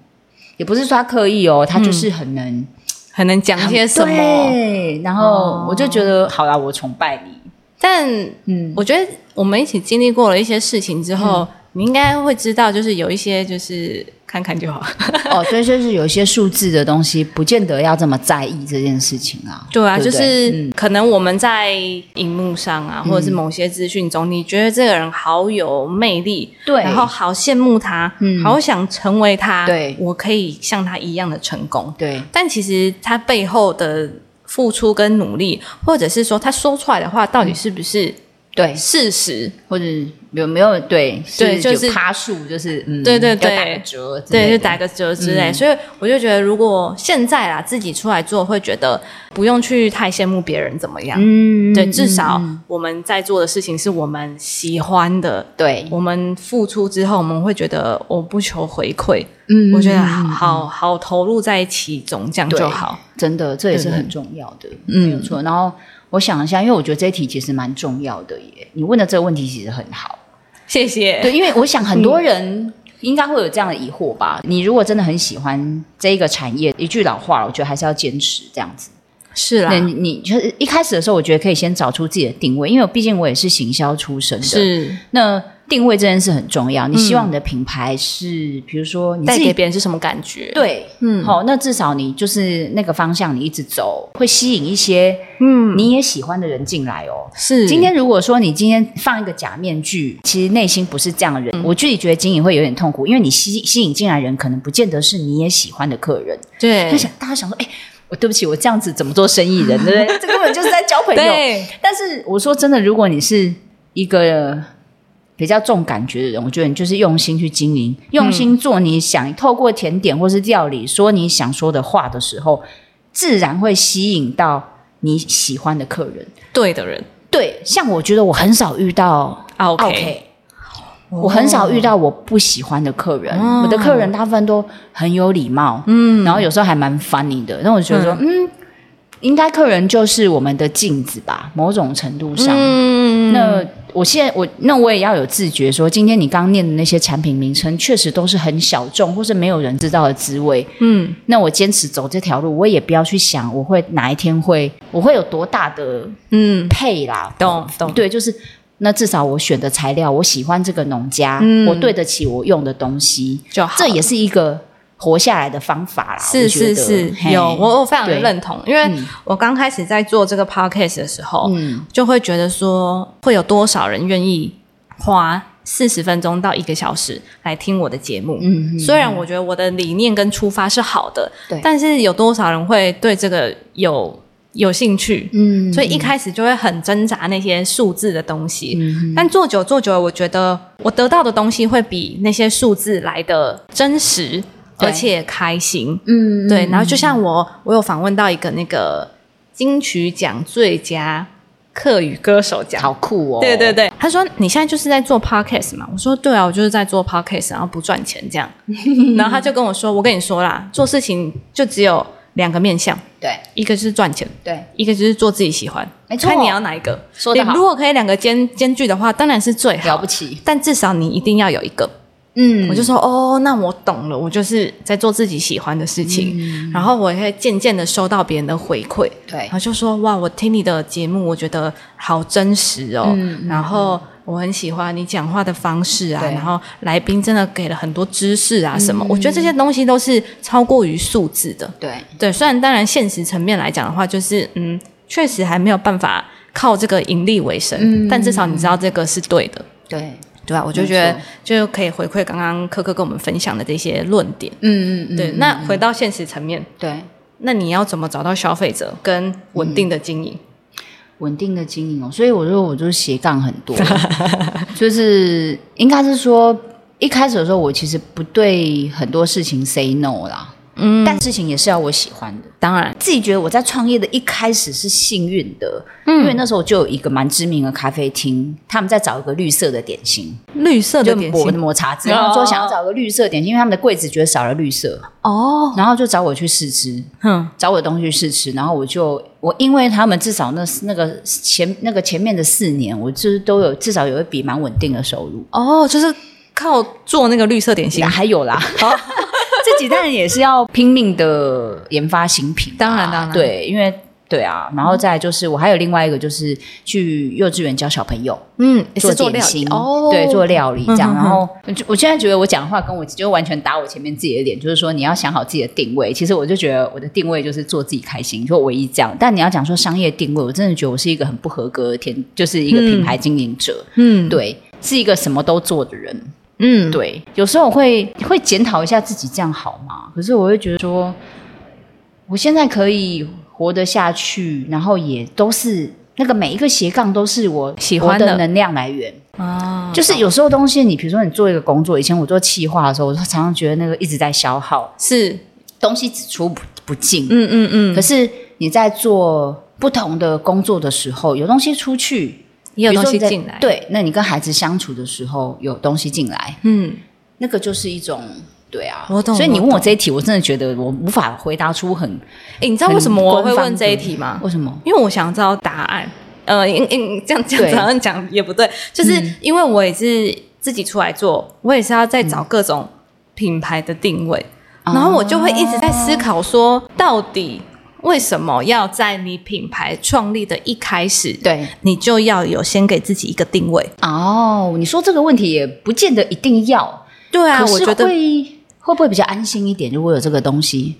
也不是说他刻意哦，他就是很能。
很能讲些嗯什么。哦
对，然后我就觉得，好啦，我崇拜你。
但
嗯，
我觉得我们一起经历过了一些事情之后，你应该会知道，就是有一些就是看看就 好。
哦，对，就是有一些数字的东西，不见得要这么在意这件事情啊。
对啊，
对不
就
对
是可能我们在荧幕上啊，或者是某些资讯中，你觉得这个人好有魅力，
对
然后好羡慕他，
嗯
好想成为他，
对
我可以像他一样的成功。
对，
但其实他背后的付出跟努力，或者是说他说出来的话到底是不是
对，
事实？
或者有没有对
对就是
有趴数，就是嗯，
对对
要
对
打个折之类
对，
的，嗯
就打个折之类。所以我就觉得，如果现在啦自己出来做，会觉得不用去太羡慕别人怎么样。
嗯，
对，
嗯
至少
嗯
我们在做的事情是我们喜欢的，
对，
我们付出之后，我们会觉得我不求回馈，
嗯
我觉得
嗯
好好好投入在其中，这样
对
就好。
真的这也是
对嗯
很重要的，没有错。然后我想一下，因为我觉得这一题其实蛮重要的耶，你问的这个问题其实很好。
谢谢。嗯
对，因为我想很多人应该会有这样的疑惑吧？你如果真的很喜欢这一个产业，一句老话，我觉得还是要坚持这样子。
是
那
啦，
你你就是一开始的时候，我觉得可以先找出自己的定位，因为我毕竟我也是行销出身的。，
是嗯
那定位这件事很重要。你希望你的品牌是，比如说你
带
自
给
己
别人是什么感觉？，
对，
嗯
好、那至少你就是那个方向，你一直走，会吸引一些
嗯，
你也喜欢的人进来哦。
是
今天如果说你今天放一个假面具，其实内心不是这样的人，
嗯
我自己觉得经营会有点痛苦，因为你吸吸引进来的人，可能不见得是你也喜欢的客人。
对
他想，大家想说，哎、我对不起，我这样子怎么做生意人，对不对？这根本就是在交朋 友。
对
但是我说真的，如果你是一个比较重感觉的人，我觉得你就是用心去经营，用心做你想、透过甜点或是料理说你想说的话的时候，自然会吸引到你喜欢的客人。
对的人
对，像我觉得我很少遇到
啊
OK，, 我很少遇到我不喜欢的客人。
哦
我的客人大部分都很有礼貌，嗯，然后有时候还蛮 funny 的。那我觉得说，嗯应该客人就是我们的镜子吧，某种程度上。
嗯，
那我现在我那我也要有自觉说今天你刚念的那些产品名称，确实都是很小众或是没有人知道的滋味。
嗯，
那我坚持走这条路，我也不要去想我会哪一天会我会有多大的
嗯，
配啦，
懂懂，
对，就是那至少我选的材料，我喜欢这个农家，
嗯
我对得起我用的东西，
就好
这也是一个活下来的方法啦。
是
我觉
是
得
是，
嘿
有我我非常的
对
认同，因为
嗯
我刚开始在做这个 podcast 的时候，
嗯
就会觉得说会有多少人愿意花四十分钟到一个小时来听我的节目。
嗯，
虽然我觉得我的理念跟出发是好的，
对
但是有多少人会对这个有有兴趣？
嗯
所以一开始就会很挣扎那些数字的东西。
嗯
但做久做久了，我觉得我得到的东西会比那些数字来的真实，
对
而且开心。
嗯
对，然后就像我，我有访问到一个那个金曲奖最佳客语歌手奖，
好酷哦，
对对对，他说你现在就是在做 podcast 嘛？我说对啊，我就是在做 podcast，然后不赚钱这样。 然后他就跟我说，我跟你说啦，做事情就只有两个面向，
对
一个是赚钱，
对，
一个就是做自己喜欢。
没错
看你要哪一个。
说得好
你如果可以两个兼兼具的话，当然是最
了
好。
不起，
但至少你一定要有一个。
嗯
我就说哦，那我懂了，我就是在做自己喜欢的事情，
嗯
然后我会渐渐的收到别人的回馈，
对
然后就说哇，我听你的节目，我觉得好真实哦，
嗯
然后我很喜欢你讲话的方式啊，
对嗯
然后来宾真的给了很多知识啊什么，我觉得这些东西都是超过于数字的，
对
对，虽然当然现实层面来讲的话，就是嗯，确实还没有办法靠这个盈利为生，
嗯
但至少你知道这个是对的，
对，
对啊，我就
没
觉得
错
就可以回馈刚刚科科跟我们分享的这些论点。
嗯嗯嗯，
对，那回到现实层面，
对。
那你要怎么找到消费者跟稳定的经营？
稳定的经营哦，所以我说我就是斜杠很 多，就是应该是说一开始的时候，我其实不对很多事情 say no 啦，嗯，但事情也是要我喜欢的。
当然，
自己觉得我在创业的一开始是幸运的，
嗯
因为那时候就有一个蛮知名的咖啡厅，他们在找一个绿色的点心，
绿色
就
的点
抹
心
抹茶汁，
哦
然后说想要找个绿色点心，因为他们的柜子觉得少了绿色，
哦，
然后就找我去试吃，
哼，
找我的东西去试吃，然后我就我因为他们至少那那个前那个前面的四年，我就是都有至少有一笔蛮稳定的收入，
哦，就是靠做那个绿色点心
啊、。还有啦， 自己当然也是要拼命的研发新品啊、
当然当然
对，因为对啊，然后再来就是我还有另外一个就是去幼稚园教小朋友
嗯，也是
点
料
心
理哦，
对，做料理这样。
嗯哼
然后我就我现在觉得我讲话跟我就完全打我前面自己的脸，就是说你要想好自己的定位。其实我就觉得我的定位就是做自己开心，就唯一这样。但你要讲说商业定位，我真的觉得我是一个很不合格的天，就是一个品牌经营者，
嗯，
对，是一个什么都做的人。
嗯，
对，有时候我会会检讨一下自己，这样好吗？可是我会觉得说，我现在可以活得下去，然后也都是那个每一个斜杠都是我
喜欢的
我的能量来源。
啊，
就是有时候东西你，比如说你做一个工作，以前我做企划的时候，我常常觉得那个一直在消耗，
是，
东西只出不不进。
嗯嗯嗯，
可是你在做不同的工作的时候，有东西出去，
也有
比
东
如说
西
你在
进来，，
对，那你跟孩子相处的时候有东西进来，
嗯，
那个就是一种。对啊，
我懂
所以你
我
问
懂
我这一题，我真的觉得我无法回答出很
诶欸你知道为什么我会问这一题吗？
为什么？
因为我想知道答案。呃，因因这样这样
对嗯
这样讲也不对，就是因为我也是自己出来做，我也是要再找各种品牌的定位，
嗯哦
然后我就会一直在思考说，到底为什么要在你品牌创立的一开始，
对
你就要有先给自己一个定位？
哦，你说这个问题也不见得一定要，
对啊，
可是
我觉得
会会不会比较安心一点？如果有这个东西，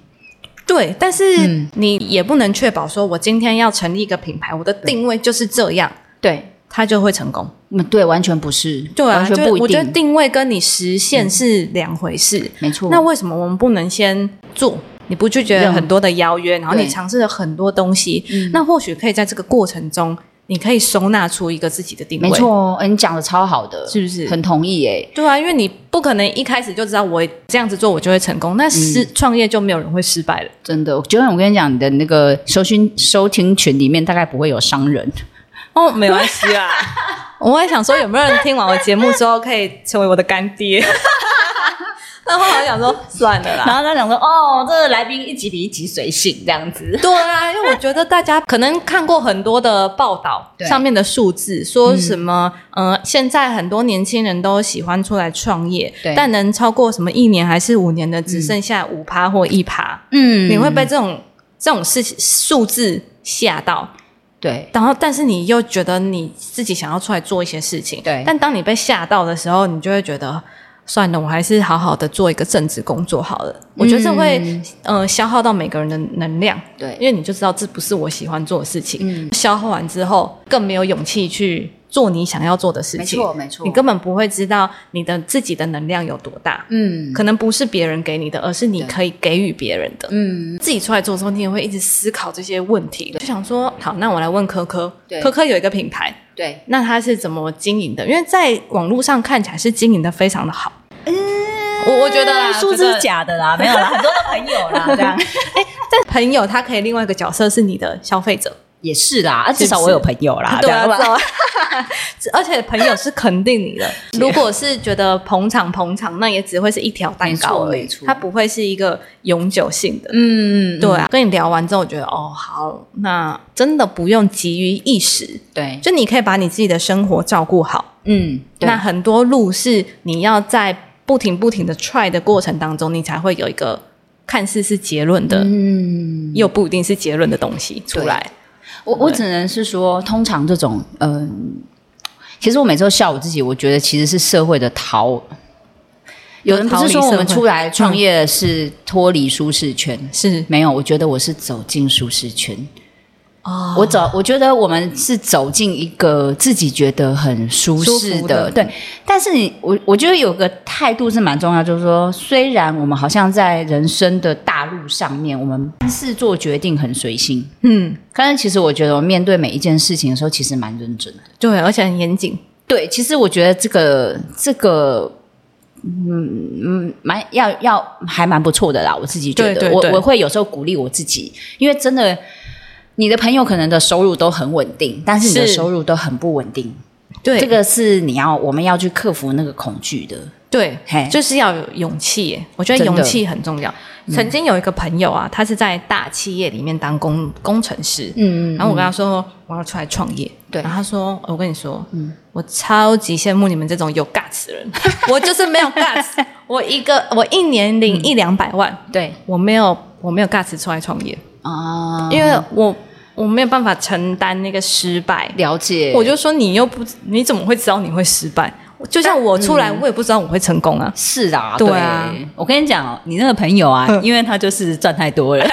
对，但是
嗯
你也不能确保说，我今天要成立一个品牌，我的定位就是这样，
对，
它就会成功。
嗯，对，完全不是，
对啊，
完全
就
不一
我觉得
定，嗯
定位跟你实现是两回事。
没错。
那为什么我们不能先做？你不拒绝
任何
很多的邀约，然后你
对
尝试了很多东西，
嗯
那或许可以在这个过程中，你可以收纳出一个自己的定位。
没，错哦，哎你讲的超好的，
是不是
很同意哎、
对啊，因为你不可能一开始就知道我这样子做我就会成功，那
嗯
失、创业就没有人会失 败了。
真的，九远，我跟你讲，你的那个收听收听群里面大概不会有商 人，
哦，没关系
啊
啦。 我也想说，有没有人听完我节目之后可以成为我的干爹？ 然后我想说，算了啦。
然后他想说，哦，这个来宾一集比一集随性这样子，
对啊，因为我觉得大家可能看过很多的报道，
对嗯
上面的数字说什么、呃，现在很多年轻人都喜欢出来创业
对，
但能超过什么一年还是五年的，只剩下五趴或一趴、
嗯
你会被这种这种事情数字吓到，
对
然后但是你又觉得你自己想要出来做一些事情，
对
但当你被吓到的时候，你就会觉得。算了，我还是好好的做一个正职工作好
嗯
了。我觉得这会、呃消耗到每个人的能量，因
对，
为你就知道这不是我喜欢做的事情。
嗯，
消耗完之后，更没有勇气去做你想要做的事
没
情。
错没错，
你根本不会知道你的自己的能量有多大，
嗯
可能不是别人给你的，而是你
对
可以给予别人的。
嗯
自己出来做之后，你也会一直思考这些问题，就想说，好，那我来问科科
对，
科科有一个品牌，
对，
那他是怎么经营的？因为在网络上看起来是经营的非常的好。我我觉得啦，
嗯数
觉
字
得
是假的啦，没 有啦，很多的朋友啦，这样
但朋友他可以另外一个角色是你的消费 者，
也是啦，啊
是不是
至少我有朋友啦，
对
这
啊，
样吧
知道 而且朋友是肯定 你的。如果是觉得捧场捧场，那也只会是一条蛋糕而
没
已
错没错，
它不会是一个永久性的。
嗯，
对啊，跟你聊完之后，我觉得哦，好，那真的不用急于一时，
对，
就你可以把你自己的生活照顾好。
嗯，对
那很多路是你要在不停不停的 try 的过程当中，你才会有一个看似是结论的，
嗯，
又不一定是结论的东西出
对
来。
我我只能是说，通常这种，嗯、其实我每次都笑我自己，我觉得其实是社会的逃。有人不是说我们出来创业是脱离舒适圈？
是
没有，我觉得我是走进舒适圈。
啊，
我走，我觉得我们是走进一个自己觉得很舒适
舒
的，
服的嗯
对。但是你，我我觉得有个态度是蛮重要，就是说，虽然我们好像在人生的大路上面，我们是做决定很随性，
嗯，
但是其实我觉得我面对每一件事情的时候，其实蛮认真的。
对，而且很严谨。
对，其实我觉得这个这个。嗯嗯，蛮要要还蛮不错的啦，我自己觉得，
对对对
我我会有时候鼓励我自己，因为真的，你的朋友可能的收入都很稳定，但是你的
是
收入都很不稳定，
对
这个是你要我们要去克服那个恐惧的，
对
嘿，
就是要有勇气耶。我觉得
真的嗯
勇气很重要。曾经有一个朋友啊，他是在大企业里面当工工程师，
嗯
然后我跟他说我要出来创业，
对嗯
然后他说我跟你说，我超级羡慕你们这种有 guts 的人，我就是没有 guts，我一个我一年领
嗯
一两百万，
对
我没有我没有 guts 出来创业，
啊，
因为我我没有办法承担那个失败，
了解，
我就说你又不你怎么会知道你会失败？就像我出
嗯
来，我也不知道我会成功 啊。
是啊，
对啊嗯
我跟你讲哦，你那个朋友啊，因为他就是赚太多 了，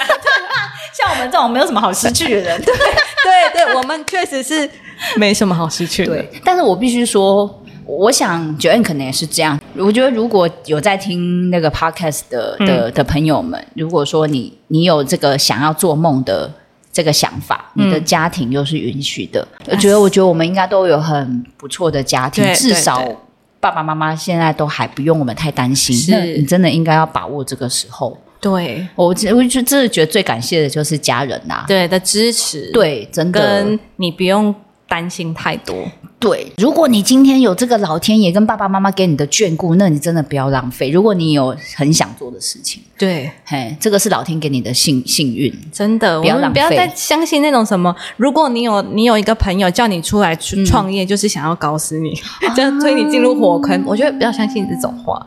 像我们这种没有什么好失去的人，对
对对，我们确实是没什么好失去的。
但是我必须说，我想九恩可能也是这样。我觉得如果有在听那个 podcast 的
嗯
的、的朋友们，如果说你你有这个想要做梦的这个想法，
嗯
你的家庭又是允许的，我觉得我觉得我们应该都有很不错的家庭，
对
至少
对对。
爸爸妈妈现在都还不用我们太担心，
是
那你真的应该要把握这个时候。
对
我只我就真的觉得最感谢的就是家人呐、
对的支持，，
对，真的
跟你不用担心太多。
对，如果你今天有这个老天爷跟爸爸妈妈给你的眷顾，那你真的不要浪费。如果你有很想做的事情，
对，
嘿，这个是老天给你的幸幸运。
真的，
不要
我们
浪
不要
费
再相信那种什么。如果你有你有一个朋友叫你出来去创业，就是想要搞死你，
啊
就是推你进入火坑，我觉得不要相信这种话，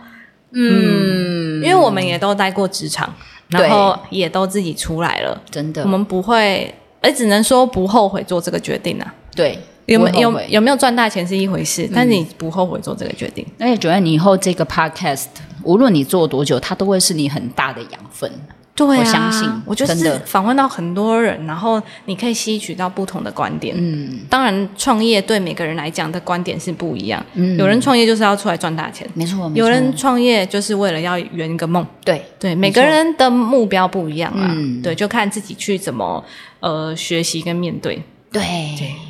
嗯，
因为我们也都待过职场，然
对
后也都自己出来了，
真的
我们不会，也只能说不后悔做这个决定啊。
对
有
不
没
会后
有
悔嗯
有没有赚大钱是一回事，但你不后悔做这个决定。
而且九安，你以后这个 podcast，无论你做多久，它都会是你很大的养分。
对、啊，
我相信
我就
真
是
的
访问到很多人，然后你可以吸取到不同的观点。
嗯，
当然，创业对每个人来讲的观点是不一样。
嗯
有人创业就是要出来赚大钱，
没错，没错
有人创业就是为了要圆一个梦。
对
对，
没
每
错
个人的目标不一样啊。
嗯
对，就看自己去怎么呃学习跟面对。
对，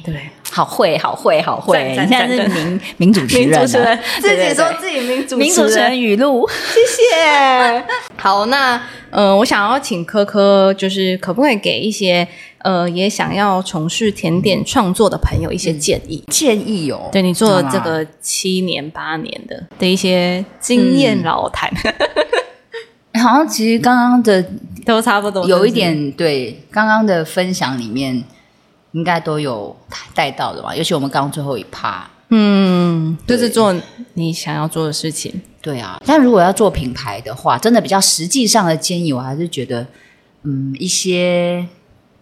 对，
好会，好会，好会！你
赞
现
赞
在
赞
是民民主持人
民
啊，
主持人 自
对
己
对
说
对
自己民主
民主持 人语录。
谢。 好，那呃，我想要请科科，就是可不可以给一些呃也想要从事甜点创作的朋友一些建议？
建议哦，
对你做了这
好啦，
个七年八年的的一些经验老谈，
好像其实刚刚的
都差不多，
有
哦
一
是
点对刚刚的分享里面，应该都有带到的吧？尤其我们刚刚最后一趴，
不是，嗯，就是
对
做你想要做的事情。
对啊。但如果要做品牌的话，真的比较实际上的建议，我还是觉得，嗯，一些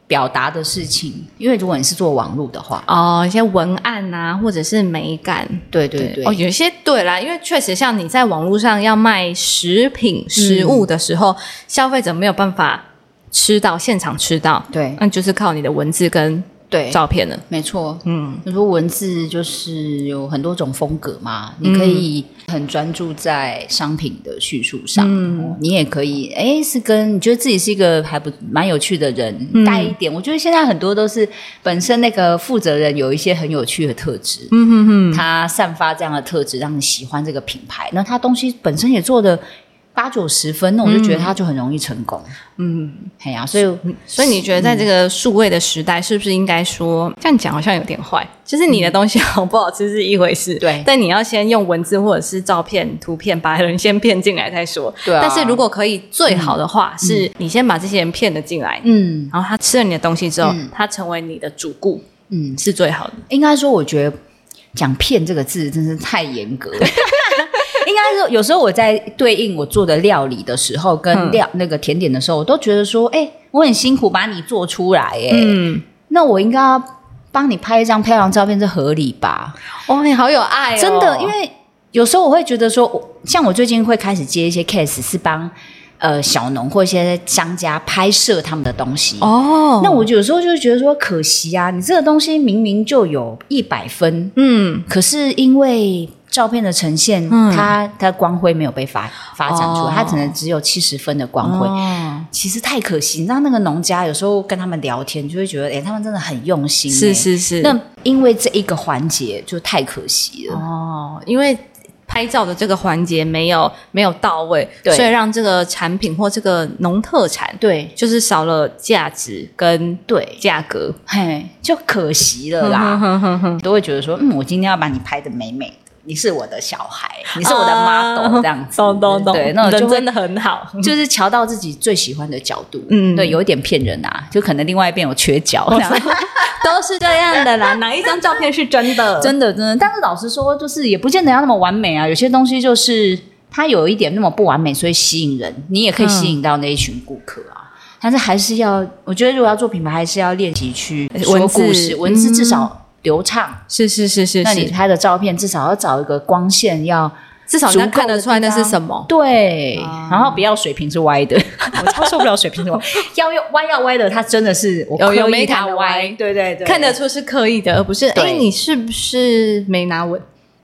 表达的事情，因为如果你是做网络的话，
哦，一些文案啊，或者是美感，
对对对，
哦，有一些对啦，因为确实像你在网络上要卖食品食物的时候，消费者没有办法吃到现场吃到，
对
那就是靠你的文字跟
对，
照片了。
没错，
嗯，
你说文字就是有很多种风格嘛，你可以很专注在商品的叙述上，哦你也可以，哎，是跟你觉得自己是一个还不蛮有趣的人，带一点。我觉得现在很多都是本身那个负责人有一些很有趣的特质，嗯哼哼，他散发这样的特质，让你喜欢这个品牌，那他东西本身也做的。八九十分，那我就觉得他就很容易成功。嗯，哎呀、所以
所以你觉得在这个数位的时代，是不是应该说这样讲好像有点坏？就是你的东西好不好吃是一回事，
对
但你要先用文字或者是照片、图片把人先骗进来再说。
对啊
但是如果可以，最好的话是你先把这些人骗了进来，
嗯
然后他吃了你的东西之后，
嗯
他成为你的主顾。
嗯，
是最好的。
应该说，我觉得讲“骗”这个字真是太严格了。 应该说，有时候我在对应我做的料理的时候，跟料、那个甜点的时候，我都觉得说，哎、我很辛苦把你做出来、哎、
嗯，
那我应该要帮你拍一张漂亮照片，这合理吧？
哇，你好有爱、哦，
真的，因为有时候我会觉得说，我像我最近会开始接一些 case，是帮呃小农或一些商家拍摄他们的东西。
哦，
那我有时候就会觉得说，可惜啊，你这个东西明明就有一百分，
嗯，
可是因为照片的呈现，
嗯
它它光辉没有被发发展出来，
哦
它可能只有七十分的光辉。
哦，
其实太可惜，你知道那个农家有时候跟他们聊天，就会觉得，哎、他们真的很用心、
是
诶。
是是，
那因为这一个环节就太可惜了。
哦，因为拍照的这个环节没有没有到位，
对
所以让这个产品或这个农特产
对
就是少了价值跟
对，
价格
嘿，就可惜了啦。 都会觉得说，嗯，我今天要把你拍的美美的，你是我的小孩，你是我的
啊
model，、这样子。对，那
那
我就
人
会
真的很好，
就是瞧到自己最喜欢的角度，
嗯哦
嗯，对，有一点骗人啊，就可能另外一边有缺角，
都是这样的啦，哪一张照片是真的？
真的真的。但是老实说，就是也不见得要那么完美啊，有些东西就是它有一点那么不完美，所以吸引人，你也可以
嗯
吸引到那一群顾客啊。但是还是要，我觉得如果要做品牌，还是要练习去
哎文
说
字
故事，文字
嗯
至少流畅。
是是是是
那你
是，
拍的照片至少要找一个光线要
至少人家
足够
看得
的
出来那
地
是
方
什么。
对，
啊
然后不要水平是歪 的，我超受不了水平是歪， 要要歪要歪的，它真的是我
有有
刻意
美感
它
的歪
歪，对对对，
看得出是刻意的，而不是哎、
对
你是不是没拿稳？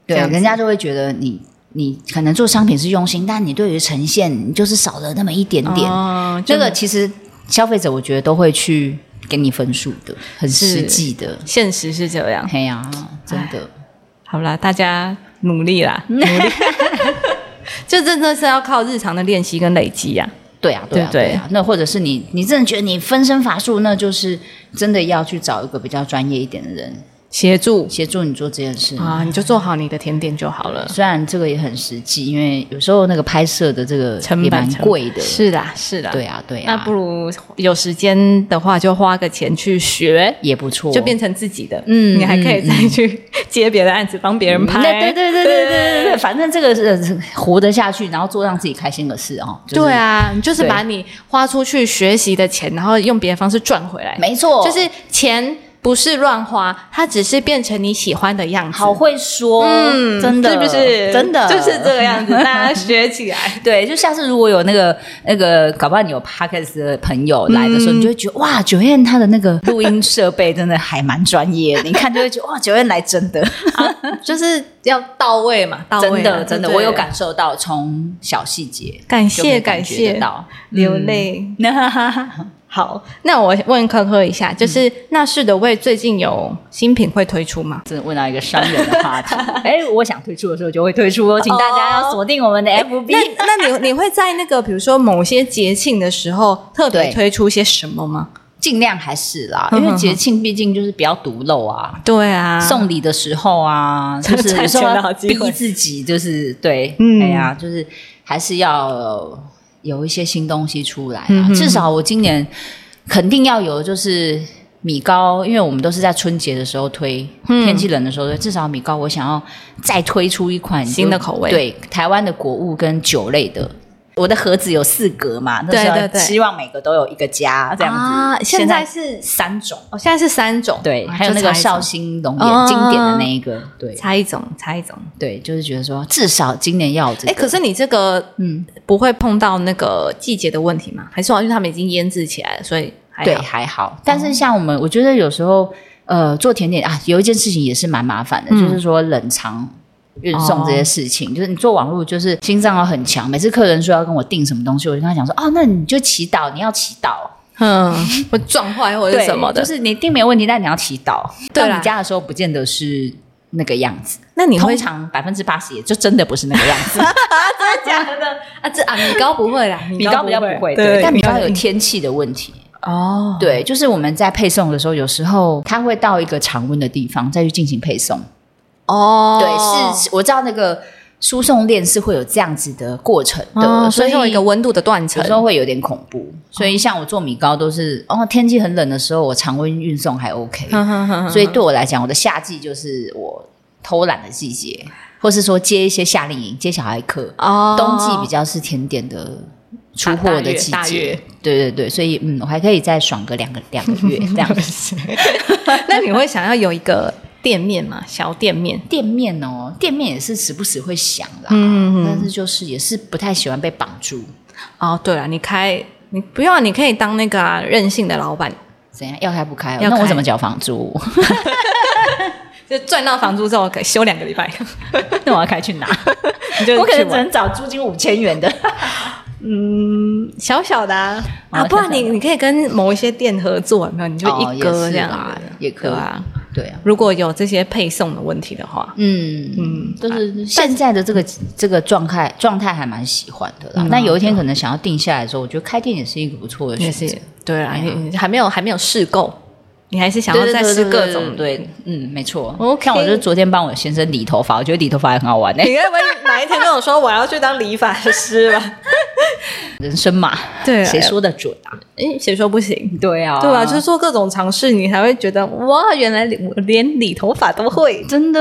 对
这样，子
人家就会觉得你你可能做商品是用心，但你对于呈现你就是少了那么一点点，
哦，
这
这
个
个
其实消费者我觉得都会去给你分数的，很
是
实际的，
现实是这样。
哎呀，真的，
好啦，大家努力 啦，努力。就真的是要靠日常的练习跟累积呀、
对啊，对啊，
对对
对啊。那或者是你，你真的觉得你分身乏术，那就是真的要去找一个比较专业一点的人
协助
协助你做这件事。
啊，你就做好你的甜点就好了。
虽然这个也很实际，因为有时候那个拍摄的这个
成
也
本
蛮
成本
贵的，
是啦，是啦，
对啊，对啊，
那不如有时间的话，就花个钱去学，
也不错，
就变成自己的。
嗯
你还可以再去接别的案子，帮别人拍。
对对对对对对对，反正这个是活得下去，然后做让自己开心的事哦。就是
对，啊，你 就是
对
把你花出去学习的钱，然后用别的方式赚回来。
没错，
就是钱不是乱花，它只是变成你喜欢的样子。
好会说，
嗯，
真的
是不是？
真的
就是这个样子，大家学起来。
对，就下次如果有那个那个，搞不好你有 podcast 的朋友来的时候，你就会觉得哇，九燕她的那个录音设备真的还蛮专业的，你看就会觉得哇，九燕来真的，
就是要到位嘛，到位啊
真的真的，
对
我有感受到，从小细节
感
就可以
谢感
觉
谢
得，到，
流泪。
嗯
好，那我问科科一下，就是那是的味最近有新品会推出吗？
真的问到一个商人 的话题，哎，我想推出的时候就会推出哦，请大家要锁定我们的 FB。
那那你你会在那个比如说某些节庆的时候特别
对
推出些什么吗？
尽量还是啦，
嗯
因为节庆毕竟就是不要独漏啊。
对啊，
送礼的时 候啊，就是
才
有时候
觉得好
要
机
逼
会
自己，就是对，
嗯
哎呀，就是还是要呃有一些新东西出来啊。
嗯哼
至少我今年肯定要有，就是米糕，因为我们都是在春节的时候推，
嗯
天气冷的时候推，至少米糕我想要再推出一款
新的口味
对，台湾的果物跟酒类的。我的盒子有四格嘛，那时候
对对对
希望每个都有一个家这样子。
啊现在
是三种，
哦，现在是三种，
对，
啊
还有那
就
个
差一
绍
种
兴龙
哦
眼经典的那一个，对
差一种，差一种。
对，就是觉得说至少今年要有这
哎，
个，
可是你这个
嗯，
不会碰到那个季节的问题吗？还是好像因为他们已经腌制起来了，所以还
对，
好
还好。哦但是像我们，我觉得有时候呃做甜点啊，有一件事情也是蛮麻烦的，
嗯
就是说冷藏。运送这些事情，就是你做网络，就是心脏要很强。每次客人说要跟我订什么东西，我就跟他讲说：“哦，那你就祈祷，你要祈祷，
嗯， 会撞坏或者
对，
什么的。
就是你订没问题，但你要祈祷。
对啦
到你家的时候，不见得是那个样子。
那你
通
会
常百分之八十也就真的不是那个样 子。
真的假的啊？这啊，米糕不会 啦，
米糕比较不会，对，
对，
但米糕有天气的问题。
哦，
对，就是我们在配送的时候，有时候它会到一个常温的地方再去进行配送。
哦，
对，是我知道那个输送链是会有这样子的过程的，
哦所
所以
以会有一个温度的断层
有时。候会有点恐怖。所以像我做米糕都是，哦，天气很冷的时候，我常温运送还 OK。所
嗯以
以对我来讲，我的夏季就是我偷懒的季节，或是说接一些夏令营、接小孩课。
哦，
冬季比较是甜点的出货的季
大大
节
月，
对对对，所以嗯，我还可以再爽个两个两个 月这样子。
那你会想要有一个店面吗？小店面？
店面哦，店面也是时不时会想啦，
嗯嗯嗯
但是就是也是不太喜欢被绑住，
哦，对了，你开你不用啊，你可以当那个啊任性的老板，
怎样要开不开哦、
要
那我
开
怎么缴房租？
就赚到房租之后可以休两个礼 拜，
那我要开去 哪？
你就
我可
去
能只
玩
能找租金五千元的。
嗯小小的啊，
哦
啊不然
小小
你你可以跟某一些店合作，有没有？你就
哦
一哥
也是
这样
啦
子
也可以
对啊。
对啊，
如果有这些配送的问题的话，
嗯嗯，
啊
就是现在的这个这个状态状态还蛮喜欢的啦。
嗯
那有一天可能想要定下来的时候，我觉得开店也是一个不错的
也
选
是
择。
对啊，
哎呀
你你还没有还没有试够，你还是想
对
要
对
再
对
试
对
各
对
种
对，对嗯，没错。
OK
像我就是昨天帮我先生理头发，我觉得理头发也很好玩哎、
你该不会哪一天跟我说我要去当理发师吧？
人生嘛，
对啊
谁说的准啊？
诶，谁说不行？
对啊，
对吧？就是做各种尝试，你才会觉得哇，原来我连理头发都会。
真的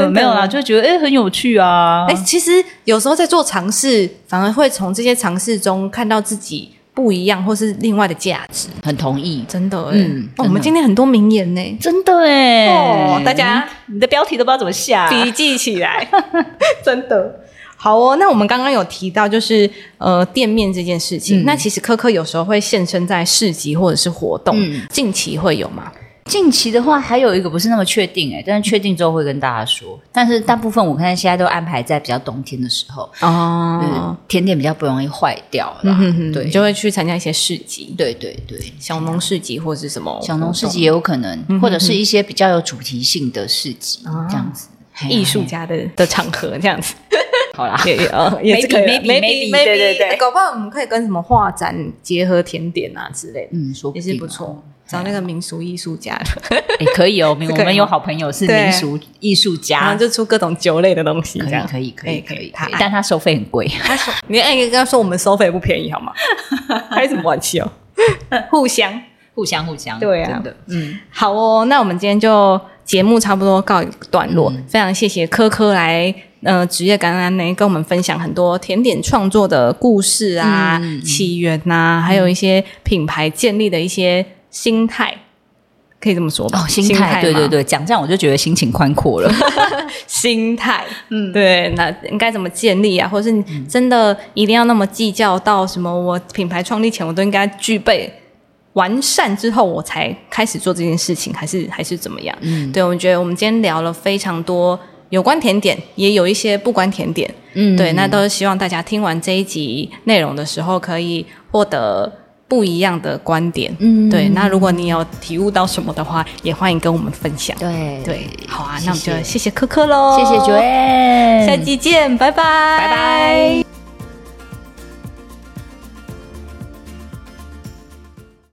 真的
没有啦，就觉得哎、很有趣啊。
哎、其实有时候在做尝试，反而会从这些尝试中看到自己不一样或是另外的价值。
很同意，
真的、欸，哦
嗯真的
我们今天很多名言呢、
真的哎、
哦大家
你的标题都不知道怎么下、
笔记起来， 真的。好哦，那我们刚刚有提到就是呃店面这件事情，
嗯
那其实科科有时候会现身在市集或者是活动，
嗯
近期会有吗？
近期的话，还有一个不是那么确定哎、但是确定之后会跟大家说。但是大部分我看现在都安排在比较冬天的时候，嗯
哦，，
甜点比较不容易坏掉啦。
嗯哼哼，
对
你就会去参加一些市集，
对对对，啊
小农市集或是什么
小农市集也
活
有可
嗯
能，或者是一些比较有主题性的市集
啊
这样子。嘿
动
啊
艺术
嘿
家的的场合这样子，
啊好啦，
也也呃 也是可以
Maybe,
啦哎
maybe, maybe，对对对
搞不好我们可以跟什么画展结合甜点啊之类的，
嗯，说
也
定
是
啊
不错。找那个民俗艺术家，
也可 以哦，
这
我
个
们有好朋友是
对
民俗艺术
然后
家，
就出各种酒类的东西，
啊可
这
以
样
可以可以
可
可
以
以，
他
可以
爱
但他收费很贵。
他说：“你哎，跟他说我们收费不便宜，好 吗？开什么玩笑？ 互相
互相互相，
对啊
真的，嗯，
好哦。那我们今天就节目差不多告一段落，
嗯
非常谢谢科科来呃职业感染呢，跟我们分享很多甜点创作的故事啊、
嗯嗯嗯
起源呐、还有一些品牌建立的一些心态，可以这么说吧？
哦，心态，对
吗
对，对，讲这样我就觉得心情宽阔了。
心态。”
嗯，
对，那应该怎么建立啊？或者是你真的一定要那么计较到什么？我品牌创立前，我都应该具备完善之后，我才开始做这件事情，还是还是怎么样？
嗯
对，我觉得我们今天聊了非常多有关甜点，也有一些不关甜点。
嗯
对，那都是希望大家听完这一集内容的时候，可以获得不一样的观点。
嗯
对，那如果你有体悟到什么的话，也欢迎跟我们分享。
对
对，好啊，那我们
谢谢
就谢谢科科喽，
谢谢 Joanne，
下期见，拜拜，
拜拜。